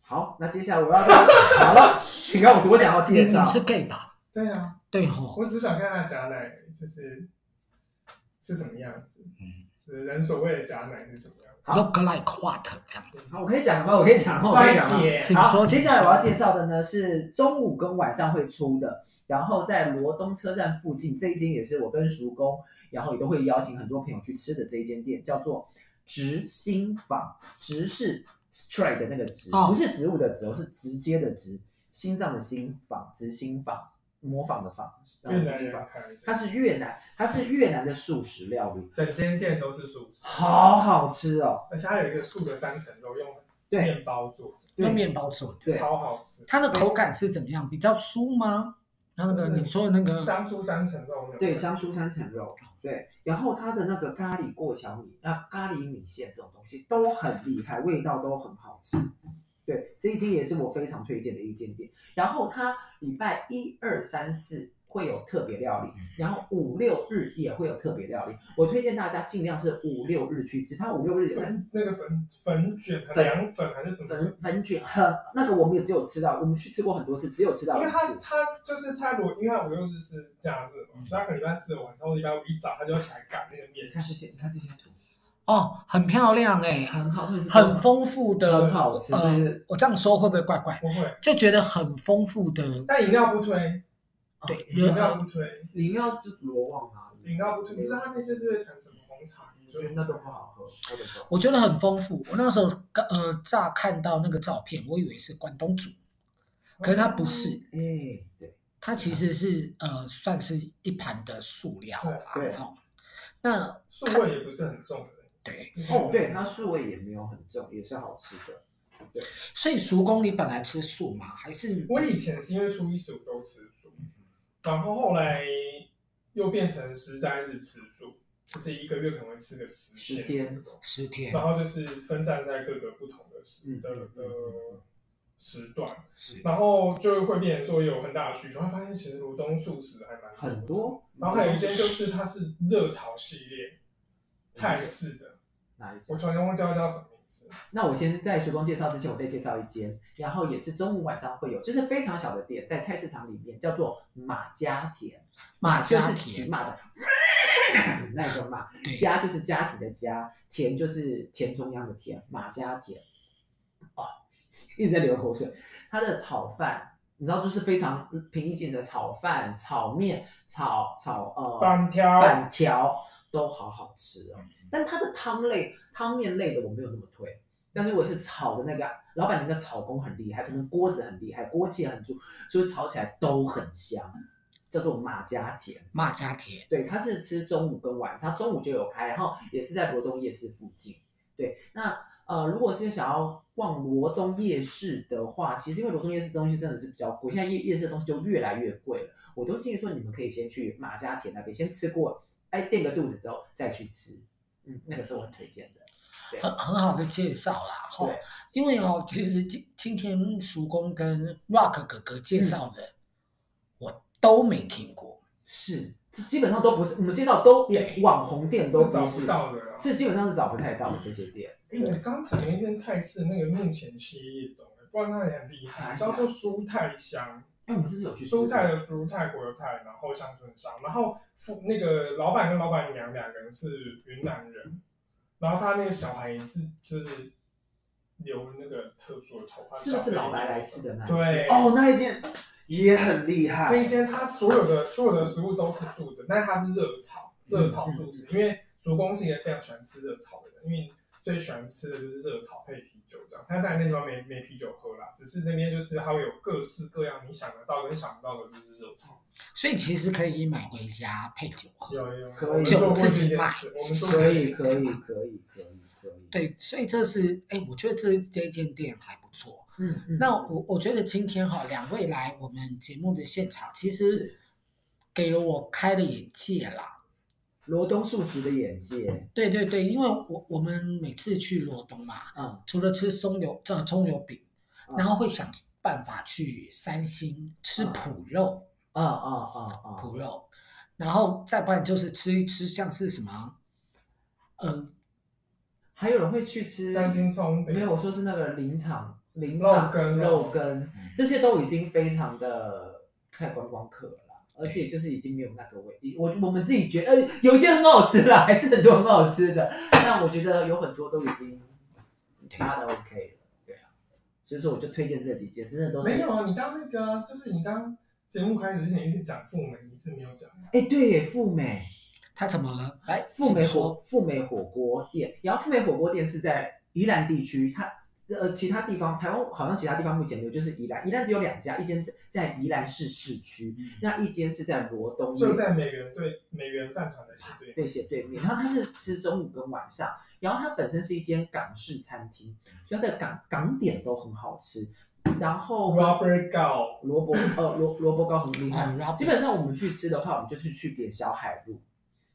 Speaker 4: 好，那接下来我要 好了，你看我多想要
Speaker 3: 你
Speaker 4: 介
Speaker 3: 你
Speaker 4: 绍，
Speaker 3: 是 gay 吧？
Speaker 1: 对啊呀，
Speaker 3: 对吼，
Speaker 1: 我只想看她的假奶就是是什么样子，就是人所谓的假奶是什么样子。
Speaker 4: 好
Speaker 3: look like what 这样子。
Speaker 4: 好，我可以讲了吗？我可以讲哦了吗？我可以讲了啊吗。
Speaker 1: 点
Speaker 3: 请
Speaker 4: 好，
Speaker 3: 说。
Speaker 4: 接下来我要介绍的呢是中午跟晚上会出的，然后在罗东车站附近这一间也是我跟叔公，然后也都会邀请很多朋友去吃的这一间店，叫做直心坊，直是 straight 的那个直，
Speaker 3: 哦
Speaker 4: 不是植物的植，哦，是直接的直，心脏的心坊，直心坊，模仿的坊，然
Speaker 1: 越
Speaker 4: 后直
Speaker 1: 南
Speaker 4: 心
Speaker 1: 人
Speaker 4: 坊，
Speaker 1: 开的，
Speaker 4: 它是越南，它是越南的素食料理，
Speaker 1: 整间店都是素食，
Speaker 4: 好好吃哦，
Speaker 1: 而且它有一个素的三层肉，用
Speaker 4: 对
Speaker 1: 面包做，
Speaker 3: 用
Speaker 4: 对
Speaker 3: 面包做的，
Speaker 4: 对
Speaker 1: 超好吃。
Speaker 3: 它的口感是怎么样？比较酥吗？那个
Speaker 1: 就是
Speaker 3: 你说的那个
Speaker 1: 香酥三层肉那种，
Speaker 4: 嗯对，香酥三层
Speaker 3: 哦
Speaker 4: 肉，对，然后它的那个咖喱过桥米、那、咖喱米线这种东西都很厉害，味道都很好吃。对，这一间也是我非常推荐的一间店。然后它礼拜一、二、三、四会有特别料
Speaker 3: 嗯
Speaker 4: 理，然后五六日也会有特别料理。我推荐大家尽量是五六日去吃，它五六日有
Speaker 1: 粉那个粉粉卷、
Speaker 4: 粉
Speaker 1: 凉粉还是什么
Speaker 4: 粉粉卷很那个，我们也只有吃到，我们去吃过很多次，只有吃到
Speaker 1: 因
Speaker 4: 一
Speaker 1: 为他
Speaker 4: 次。
Speaker 1: 他就是他，如果因为他五六日是假日嘛，
Speaker 3: 嗯
Speaker 1: 所以他可能礼拜四的晚上或者礼拜五一早，他就要起来擀那个面
Speaker 4: 你。看这些，你看这些图，
Speaker 3: 哦，很漂亮哎、
Speaker 4: 很好，真的是
Speaker 3: 很丰富的，
Speaker 4: 很好吃
Speaker 3: 呃
Speaker 4: 这是
Speaker 3: 我这样说会不会怪怪？
Speaker 1: 不会，
Speaker 3: 就觉得很丰富的，
Speaker 1: 但饮料不推，
Speaker 3: 对，
Speaker 1: 饮料不推，
Speaker 4: 饮料就罗旺啊，
Speaker 1: 饮料不推。不知道他那些是会谈什么红茶，
Speaker 4: 我觉得那都不好喝，我的天！
Speaker 3: 我觉得很丰富。我那时候刚呃乍看到那个照片，我以为是关东煮，可是它不是，
Speaker 4: 哎、对，
Speaker 3: 它其实是呃算是一盘的塑料吧，
Speaker 4: 对对
Speaker 3: 哦那
Speaker 1: 素味也不是很重的。
Speaker 3: 对，
Speaker 4: 哦，对，它素味也没有很重，也是好吃的。
Speaker 3: 所以熟公你本来吃素吗？还是
Speaker 1: 我以前是因为初一十五都吃素，然后后来又变成十斋日吃素，就是一个月可能会吃个十
Speaker 4: 十
Speaker 1: 天
Speaker 4: 天
Speaker 1: 左右，
Speaker 3: 十天？
Speaker 1: 然后就是分散在各个不同的时
Speaker 4: 嗯
Speaker 1: 的的时段，
Speaker 3: 是
Speaker 1: 然后就会变成说有很大的需求，会发现其实卢东素食还蛮多的，
Speaker 4: 很多，
Speaker 1: 然后还有一间就是它是热炒系列
Speaker 4: 嗯
Speaker 1: 泰式的，
Speaker 4: 哪一
Speaker 1: 我
Speaker 4: 间？
Speaker 1: 突然间忘记它叫什么名字，
Speaker 4: 那我先在厨工介绍之前，我再介绍一间，然后也是中午晚上会有，就是非常小的店，在菜市场里面，叫做马家田，
Speaker 3: 马
Speaker 4: 就
Speaker 3: 家
Speaker 4: 是骑
Speaker 3: 田，
Speaker 4: 马的 那个马，
Speaker 3: 对，
Speaker 4: 家就是家庭的家，田就是田中央的田，马家田。哦，一直在流口水。它的炒饭，你知道，就是非常平易近的炒饭、炒面、炒炒呃
Speaker 1: 板条
Speaker 4: 板条都好好吃哦。但它的汤类、汤面类的我没有那么推，但是我是炒的那个老板娘的炒工很厉害，可能锅子很厉害，锅气很足，所以炒起来都很香，叫做马家田。
Speaker 3: 马家田，
Speaker 4: 对，他是吃中午跟晚上，他中午就有开，然后也是在罗东夜市附近。对，那呃，如果是想要逛罗东夜市的话，其实因为罗东夜市东西真的是比较贵，现在夜夜市的东西就越来越贵了。我都建议说，你们可以先去马家田那边先吃过，哎，垫个肚子之后再去吃。嗯，那个是我很推荐的。对
Speaker 3: 很很好的介绍啦，哈
Speaker 4: 对。
Speaker 3: 因为哦，其实今今天叔公
Speaker 4: 嗯
Speaker 3: 跟 Rock 哥哥介绍的，我都没听过。
Speaker 4: 是，基基本上都不是，你们介绍都
Speaker 3: 对
Speaker 4: 连网红店都
Speaker 1: 是
Speaker 4: 不
Speaker 1: 找不
Speaker 4: 是，
Speaker 1: 到的啦。
Speaker 4: 是基本上是找不太到的这些店。
Speaker 1: 哎，我刚刚讲了一间泰式那个目前七叶种的，不然它也很厉害，叫做蔬泰香，
Speaker 4: 哎，我们是不是有去吃
Speaker 1: 蔬菜的蔬，泰国的泰，然后香椿香，然后夫那个老板跟老板娘两个人是云南人，然后他那个小孩也是就是留那个特殊的头发，
Speaker 4: 是不是老白来吃的那一间？
Speaker 1: 对，
Speaker 2: 哦，那一件也很厉害
Speaker 1: 那一间它所有的所有的食物都是素的，但是它是热炒，热炒素
Speaker 4: 嗯
Speaker 1: 食，因为主公是一个非常喜欢吃热炒的人，因为最喜欢吃的就是热炒配啤酒这样。但当然那地方没没啤酒喝啦，只是那边就是它会有各式各样你想得到跟想不到的，就是热炒。
Speaker 3: 所以其实可以买回家配酒喝。
Speaker 1: 有有，
Speaker 4: 可以
Speaker 1: 我们做过这
Speaker 3: 自己
Speaker 1: 件
Speaker 3: 买
Speaker 1: 事，我们做过
Speaker 4: 可
Speaker 1: 这
Speaker 4: 以
Speaker 1: 件
Speaker 4: 可
Speaker 1: 事
Speaker 4: 以可以可以可以。，
Speaker 3: 对，所以这是哎，我觉得这这一间店还不错。
Speaker 4: 嗯嗯。
Speaker 3: 那我我觉得今天哈、两位来我们节目的现场，其实给了我开了眼界啦。
Speaker 4: 罗东素食的眼界，
Speaker 3: 对对对，因为我我们每次去罗东嘛，
Speaker 4: 嗯，
Speaker 3: 除了吃松油这葱油饼，
Speaker 4: 嗯
Speaker 3: 然后会想办法去三星吃脯肉，
Speaker 4: 啊啊啊啊，
Speaker 3: 脯肉，然后再不然就是吃一吃像是什么，嗯，
Speaker 4: 还有人会去吃
Speaker 1: 三星葱饼
Speaker 4: 没有，我说是那个林场林
Speaker 1: 肉
Speaker 4: 场
Speaker 1: 羹
Speaker 4: 肉羹，啊嗯这些都已经非常的太观光客了啦，而且就是已经没有那个味，我我们自己觉得，呃，有一些很好吃啦，还是很多很好吃的，但我觉得有很多都已经搭的 OK 了，对啊，所以说我就推荐这几间，真的都是
Speaker 1: 没有啊，你刚那个啊就是你刚节目开始之前一直讲富美，你是没有讲。
Speaker 4: 哎，对耶，富美。
Speaker 3: 它怎么了？来，
Speaker 4: 富美
Speaker 3: 请说
Speaker 4: 火富美火锅店，然后富美火锅店是在宜兰地区，它呃其他地方台湾好像其他地方目前没有，就是宜兰，宜兰只有两家，一间在在宜兰市市区，
Speaker 1: 嗯
Speaker 4: 那一间是在罗东
Speaker 1: 就
Speaker 4: 面
Speaker 1: 在美元对美元饭团的斜对面，
Speaker 4: 对斜对面，然后它是吃中午跟晚上，然后它本身是一间港式餐厅，所以它的港港点都很好吃，然后
Speaker 1: Robert Gao
Speaker 4: 萝卜呃萝萝卜糕很厉害
Speaker 3: 哦，，Robert
Speaker 4: 基本上我们去吃的话，我们就是去点小海陆。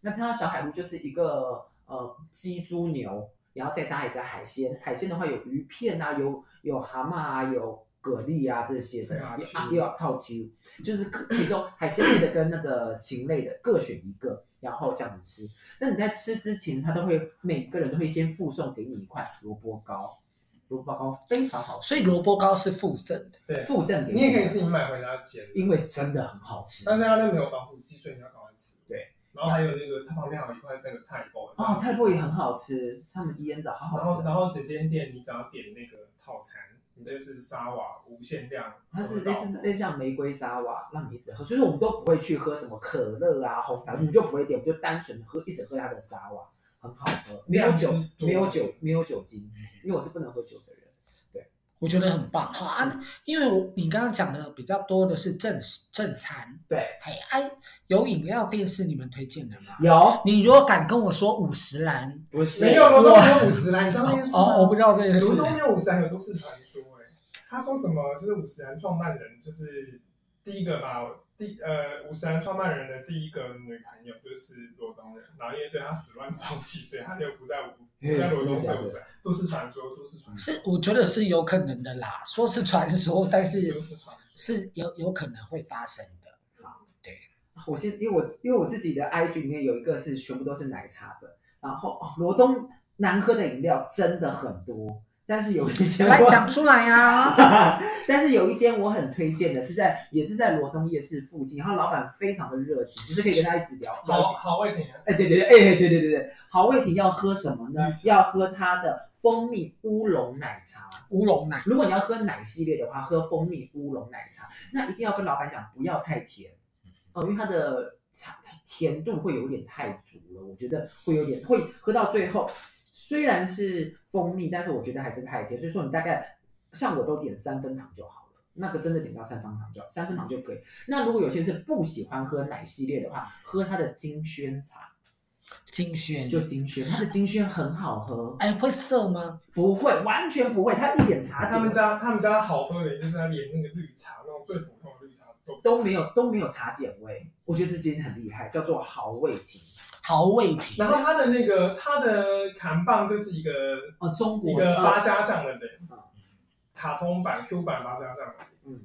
Speaker 4: 那它的小海陆就是一个呃鸡、猪、牛，然后再搭一个海鲜。海鲜的话有鱼片啊，有有蛤蟆啊，有蛤蜊啊这些的，
Speaker 1: 对啊
Speaker 4: 有
Speaker 1: ，Q
Speaker 4: 啊也有套 Q，就是各其中海鲜类的跟那个禽类的各选一个，然后这样子吃。那你在吃之前，他都会每个人都会先附送给你一块萝卜糕，萝卜糕非常好吃，
Speaker 3: 所以萝卜糕是附赠的，
Speaker 1: 对，
Speaker 4: 附赠给
Speaker 1: 你也可以自己买回家煎，
Speaker 4: 因为真的很好吃。
Speaker 1: 但是它那没有防腐剂，所以你要赶快吃。
Speaker 4: 对，
Speaker 1: 然后还有那个它旁边还有一块那个菜包，
Speaker 4: 哦，菜脯也很好吃，他们腌的好
Speaker 1: 然
Speaker 4: 好
Speaker 1: 后
Speaker 4: 吃。
Speaker 1: 然后整间店你只要点那个套餐，你就是沙瓦无限量，
Speaker 4: 它是
Speaker 1: 喝
Speaker 4: 类
Speaker 1: 到
Speaker 4: 似类似像玫瑰沙瓦，让你一直喝，所以我们都不会去喝什么可乐啊、红茶，我们就不会点，我们就单纯喝，一直喝它的沙瓦，很好喝，没有
Speaker 1: 量之
Speaker 4: 酒
Speaker 1: 多，嗯
Speaker 4: 没有酒，没有酒精，因为我是不能喝酒的人。
Speaker 3: 我觉得很棒哈、啊。因为我你刚刚讲的比较多的是正正餐，
Speaker 4: 对，
Speaker 3: 嘿，哎、有饮料店是你们推荐的吗？
Speaker 4: 有
Speaker 3: 你如果敢跟我说五十岚，
Speaker 4: 不是
Speaker 1: 没有罗东没有五十啦，你知道那件事吗
Speaker 3: 哦，我不知道这件事
Speaker 1: 罗，东没有五十岚有都市传说、欸，他说什么就是五十岚创办人就是第一个吧，第呃五十岚创办人的第一个女朋友就是罗东人，然后因为对他始乱终弃，所以他就不在五不在罗东睡五十岚，都市传说，都市传说，
Speaker 3: 是我觉得是有可能的啦，说是传说，但是
Speaker 1: 都市传说。
Speaker 3: 是有有可能会发生的。
Speaker 4: 我先，因为我因为我自己的 IG 里面有一个是全部都是奶茶的，然后哦，罗东难喝的饮料真的很多，但是有一间
Speaker 3: 来
Speaker 1: 啊
Speaker 4: 我
Speaker 3: 讲出来呀、啊，
Speaker 4: 但是有一间我很推荐的，是在也是在罗东夜市附近，然后老板非常的热情，就是可以跟他一直聊。
Speaker 1: 好
Speaker 4: 聊
Speaker 1: 好味挺啊，
Speaker 4: 哎，对对对，哎，对对对对，好味婷要喝什么呢
Speaker 1: 绿？茶
Speaker 4: 要喝它的蜂蜜乌龙奶茶。
Speaker 3: 乌龙奶，
Speaker 4: 如果你要喝奶系列的话，喝蜂蜜乌龙奶茶，那一定要跟老板讲不要太甜哦，因为它的茶它甜度会有点太足了，我觉得会有点会呃喝到最后，虽然是蜂蜜，但是我觉得还是太甜，所以说你大概像我都点三分糖就好了，那个真的点到三分糖就好三分糖就可以。那如果有些人是不喜欢喝奶系列的话，喝它的金萱茶，
Speaker 3: 金萱，
Speaker 4: 就金萱，它的金萱很好喝，
Speaker 3: 哎，会涩吗？
Speaker 4: 不会完全不会，它一点茶
Speaker 1: 他们
Speaker 4: 碱
Speaker 1: 家他们家好喝的，就是他连那个绿茶那种最普通的绿茶都
Speaker 4: 都没有都没有茶碱味，我觉得这间很厉害，叫做豪味亭
Speaker 3: 好味甜
Speaker 1: 然，后他的那个他的砍棒就是一个
Speaker 4: 哦，中
Speaker 1: 一
Speaker 4: 国
Speaker 1: 个
Speaker 4: 呃
Speaker 1: 八家将的脸
Speaker 4: 嗯，
Speaker 1: 卡通版 Q 版八家将的脸，
Speaker 4: 嗯，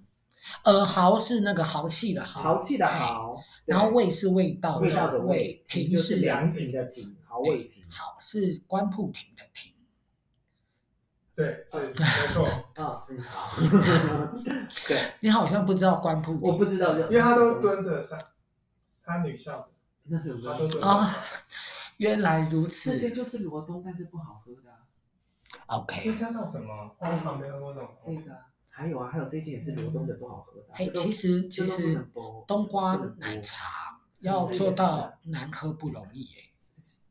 Speaker 3: 呃，豪是那个豪气的豪，
Speaker 4: 豪气的豪，对
Speaker 3: 然后味是味道
Speaker 4: 味道的
Speaker 3: 味
Speaker 4: 味，，
Speaker 3: 亭
Speaker 4: 就是是
Speaker 3: 凉
Speaker 4: 凉亭的亭，好味亭。
Speaker 3: 好是官铺亭的亭。
Speaker 1: 对，是没 错，
Speaker 4: 嗯嗯，好，
Speaker 3: 你好像不知道官铺亭，
Speaker 4: 我不知道，
Speaker 1: 因为他都蹲着上，他女校的，
Speaker 4: 那什
Speaker 1: 他都
Speaker 4: 么
Speaker 1: 蹲着
Speaker 3: 啊
Speaker 1: 上。
Speaker 3: 原来如
Speaker 4: 这些
Speaker 3: 此。
Speaker 4: 就是罗东，但是不好喝的啊。
Speaker 1: 那
Speaker 3: OK，
Speaker 1: 家哎叫什么？我旁边喝那
Speaker 4: 这
Speaker 1: 种。
Speaker 4: 个啊还有啊，还有这件也是罗东的不好喝的啊。
Speaker 3: 哎，
Speaker 4: 这个
Speaker 3: 其实
Speaker 4: 这
Speaker 3: 其
Speaker 4: 都不
Speaker 3: 实
Speaker 4: 能播
Speaker 3: 冬瓜
Speaker 4: 这都不能播
Speaker 3: 奶茶要做到难喝不容易耶。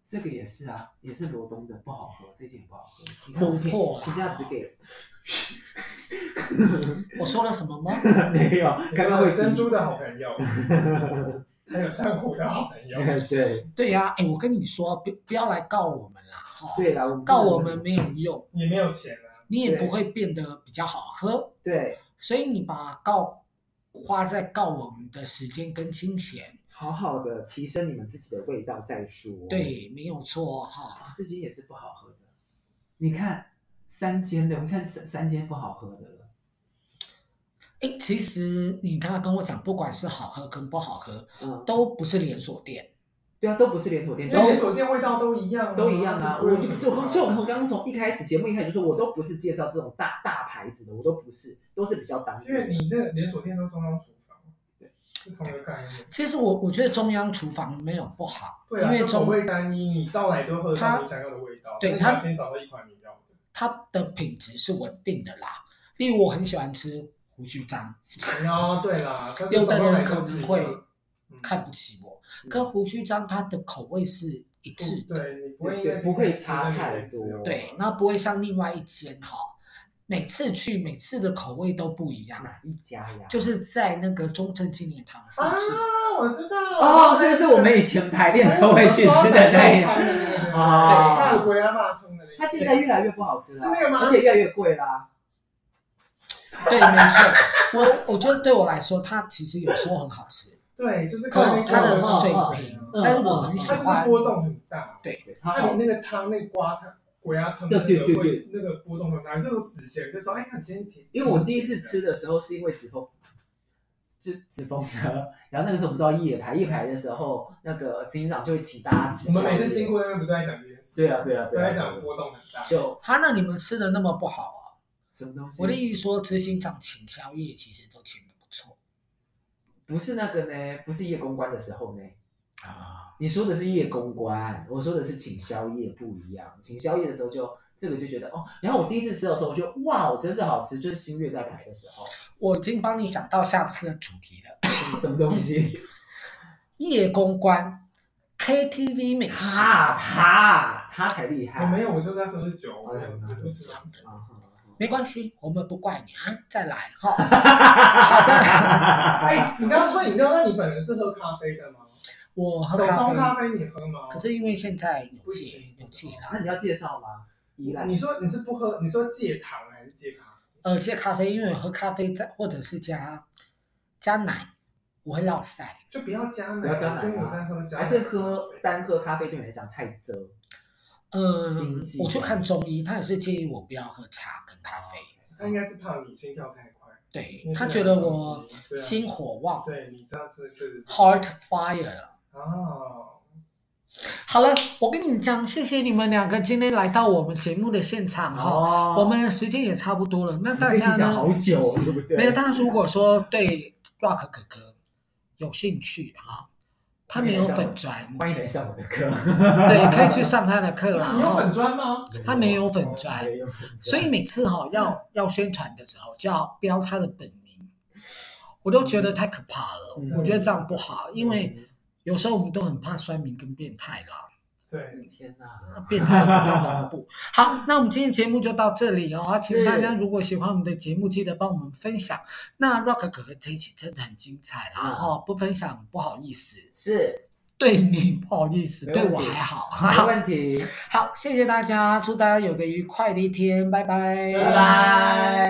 Speaker 4: 这个也是啊，也是罗东的不好喝，这件也不好喝。你看
Speaker 3: 琥珀
Speaker 4: 人家只给
Speaker 3: 我说了什么 吗？
Speaker 4: 没有，开放会
Speaker 1: 珍珠的好朋友， 还有珊瑚的好朋友。
Speaker 4: 低。 对
Speaker 3: 对呀、哎，我跟你说，不不要来告我们啦，哈，
Speaker 4: 对啦，我们不
Speaker 3: 告
Speaker 4: 能
Speaker 3: 我们没有用，
Speaker 1: 你没有钱啊？
Speaker 3: 你也不
Speaker 4: 对
Speaker 3: 会变得比较好喝，
Speaker 4: 对，
Speaker 3: 所以你把告花在告我们的时间跟金钱，
Speaker 4: 好好的提升你们自己的味道再说。，
Speaker 3: 对，没有错哈。
Speaker 4: 啊，这间也是不好喝的。你看三间的，我们看三三间不好喝的了。
Speaker 3: 哎，其实你刚刚跟我讲，不管是好喝跟不好喝，
Speaker 4: 嗯，
Speaker 3: 都不是连锁店，
Speaker 4: 对啊，都不是连锁店，
Speaker 1: 因
Speaker 4: 都
Speaker 1: 为连锁店味道都一样、啊，
Speaker 4: 都一样啊！我就就
Speaker 1: 很
Speaker 4: 所以，我们刚刚从一开始节目一开始就说，我都不是介绍这种大大牌子的，我都不是，都是比较当地
Speaker 1: 因为你那个连锁店都中央厨房，对，是同一个概念。
Speaker 3: 其实我我觉得中央厨房没有不好，
Speaker 1: 对啊，
Speaker 3: 因为
Speaker 1: 就口
Speaker 3: 中
Speaker 1: 味单一，你到哪里都喝得到你想要的味道。
Speaker 3: 对
Speaker 1: 但是
Speaker 3: 它
Speaker 1: 你要先找到一款你要的。
Speaker 3: 它的品质是稳定的啦。例如我很喜欢吃胡须章，
Speaker 1: 哦，对啦，它
Speaker 3: 有
Speaker 1: 跟广告
Speaker 3: 的人
Speaker 1: 牌
Speaker 3: 可
Speaker 1: 都是
Speaker 3: 能
Speaker 1: 一
Speaker 3: 会
Speaker 1: 样嗯
Speaker 3: 看不起我，可胡须章它的口味是一致
Speaker 1: 不
Speaker 3: 的，
Speaker 1: 对，你不会因
Speaker 4: 对
Speaker 1: 为
Speaker 4: 不会
Speaker 1: 今天吃
Speaker 4: 差
Speaker 1: 那个
Speaker 4: 太
Speaker 1: 东西
Speaker 4: 多
Speaker 3: 对，那不会像另外一间哈，每次去每次的口味都不一样，
Speaker 4: 哪一家呀？
Speaker 3: 就是在那个中正纪念堂附
Speaker 1: 啊
Speaker 3: 近。，
Speaker 1: 我知道
Speaker 4: 哦，是不是我们以前排练都会去吃的那样？
Speaker 1: 样
Speaker 4: 哦
Speaker 1: 大的龟阿爸通的那一
Speaker 4: 它
Speaker 1: 家
Speaker 4: 现在越来越不好吃了，
Speaker 1: 是那个吗
Speaker 4: 而且越来越贵啦。
Speaker 3: 对，没错，我我觉得对我来说，它其实有时候很好吃，
Speaker 1: 对，就是
Speaker 3: 可
Speaker 1: 看那
Speaker 3: 能
Speaker 1: 个
Speaker 3: 它的
Speaker 1: 味道
Speaker 3: 水
Speaker 1: 是怎
Speaker 3: 平
Speaker 1: 样，
Speaker 4: 嗯
Speaker 3: 但是我很喜
Speaker 1: 它就是
Speaker 3: 欢。
Speaker 1: 波动很大。
Speaker 4: 对，它
Speaker 1: 它
Speaker 4: 好
Speaker 1: 连那个汤、那个瓜汤、鬼鸭汤
Speaker 4: 对
Speaker 1: 那
Speaker 4: 对
Speaker 1: 个
Speaker 4: 对
Speaker 1: 会那个波动很大，有时候死咸，就说哎呀，你今天甜。
Speaker 4: 因为我第一次吃的时候是因为纸风，就纸风车，然后那个时候不到夜排，夜排的时候那个执行长就会请大家吃
Speaker 1: 我
Speaker 4: 宵夜。
Speaker 1: 们每次经过那边不都在讲这件事，
Speaker 4: 对啊对啊
Speaker 1: 都
Speaker 4: 对啊，
Speaker 1: 在
Speaker 4: 对
Speaker 1: 讲
Speaker 4: 啊
Speaker 1: 波动很大。
Speaker 4: 就
Speaker 3: 它那你们吃的那么不好哦？
Speaker 4: 什么东西？
Speaker 3: 我的意思说，执行长请宵夜其实都请的不错
Speaker 4: 不是那个呢，不是夜公关的时候呢。
Speaker 3: 啊。
Speaker 4: 你说的是夜公关，我说的是请宵夜不一样。请宵夜的时候就这个就觉得哦，然后我第一次吃的时候，我就哇，我真是好吃，就是新月在排的时候，
Speaker 3: 我已经帮你想到下次的主题了，
Speaker 4: 什么东西？
Speaker 3: 夜公关、KTV 美食。
Speaker 4: 他他他才厉害。
Speaker 1: 我没有，我就在喝酒，我
Speaker 4: 哎呀
Speaker 1: 我不吃东西。
Speaker 4: 啊。
Speaker 3: 没关系，我们不怪你啊，再来哈。
Speaker 1: 哎，你刚刚说饮料，那你本人是喝咖啡的吗？
Speaker 3: 我
Speaker 1: 手
Speaker 3: 喝
Speaker 1: 冲咖
Speaker 3: 咖啡，
Speaker 1: 啡你喝吗？
Speaker 3: 可是因为现在有
Speaker 1: 不
Speaker 3: 戒
Speaker 1: 行
Speaker 3: 有戒
Speaker 4: 那
Speaker 3: 啦，
Speaker 4: 你要介绍吗？依赖
Speaker 1: 你说你是不喝，你说戒糖还是戒咖啡？
Speaker 3: 呃，戒咖啡，因为我喝咖啡再或者是加加奶，我会落腮。
Speaker 1: 就不要加奶，
Speaker 4: 不要加奶啊
Speaker 1: 就我在喝加奶，
Speaker 4: 还是喝单喝咖啡对你来讲太遮。
Speaker 3: 嗯
Speaker 4: 心，悸
Speaker 3: 我去看中医，他也是建议我不要喝茶跟咖啡，
Speaker 1: 他应该是怕你心跳太快，
Speaker 3: 对
Speaker 1: 哦因为
Speaker 3: 他
Speaker 1: 这
Speaker 3: 觉
Speaker 1: 两个
Speaker 3: 得
Speaker 1: 东
Speaker 3: 我
Speaker 1: 西对啊
Speaker 3: 心火旺
Speaker 1: 对你这样子确实是
Speaker 3: ，heart fire。
Speaker 1: 哦，
Speaker 3: 好了，我跟你讲，谢谢你们两个今天来到我们节目的现场哈、
Speaker 1: 啊
Speaker 4: 哦
Speaker 3: 我们时间也差不多了，那
Speaker 4: 你这
Speaker 3: 大
Speaker 4: 一
Speaker 3: 家
Speaker 4: 集讲
Speaker 3: 呢？
Speaker 4: 好久，对不对？
Speaker 3: 没有，大家如果说对 Rock 哥哥有兴趣哈，他没有粉砖，
Speaker 4: 欢迎来上我的课。
Speaker 3: 对，可以去上他的课啦。
Speaker 1: 你有
Speaker 3: 哈
Speaker 1: 粉砖吗？
Speaker 3: 他没有
Speaker 4: 哦
Speaker 3: 粉砖，
Speaker 4: 没有
Speaker 3: 所以每次哈、
Speaker 4: 嗯
Speaker 3: 要要宣传的时候就要标他的本名，我都觉得太可怕了，
Speaker 4: 嗯
Speaker 3: 我觉得这样不好，因为有时候我们都很怕酸民跟变态啦。
Speaker 1: 对，
Speaker 4: 天哪！
Speaker 3: 变态比较恐怖。好，那我们今天节目就到这里哦，请
Speaker 4: 是
Speaker 3: 大家如果喜欢我们的节目，记得帮我们分享。那 Rock 哥哥这一期真的很精彩啦，
Speaker 4: 嗯
Speaker 3: 哦，不分享不好意思，
Speaker 4: 是
Speaker 3: 对你不好意思，
Speaker 4: 没
Speaker 3: 对
Speaker 4: 问题
Speaker 3: 我还好。
Speaker 4: 没问题，
Speaker 3: 好，谢谢大家，祝大家有个愉快的一天，拜拜，
Speaker 4: 拜拜。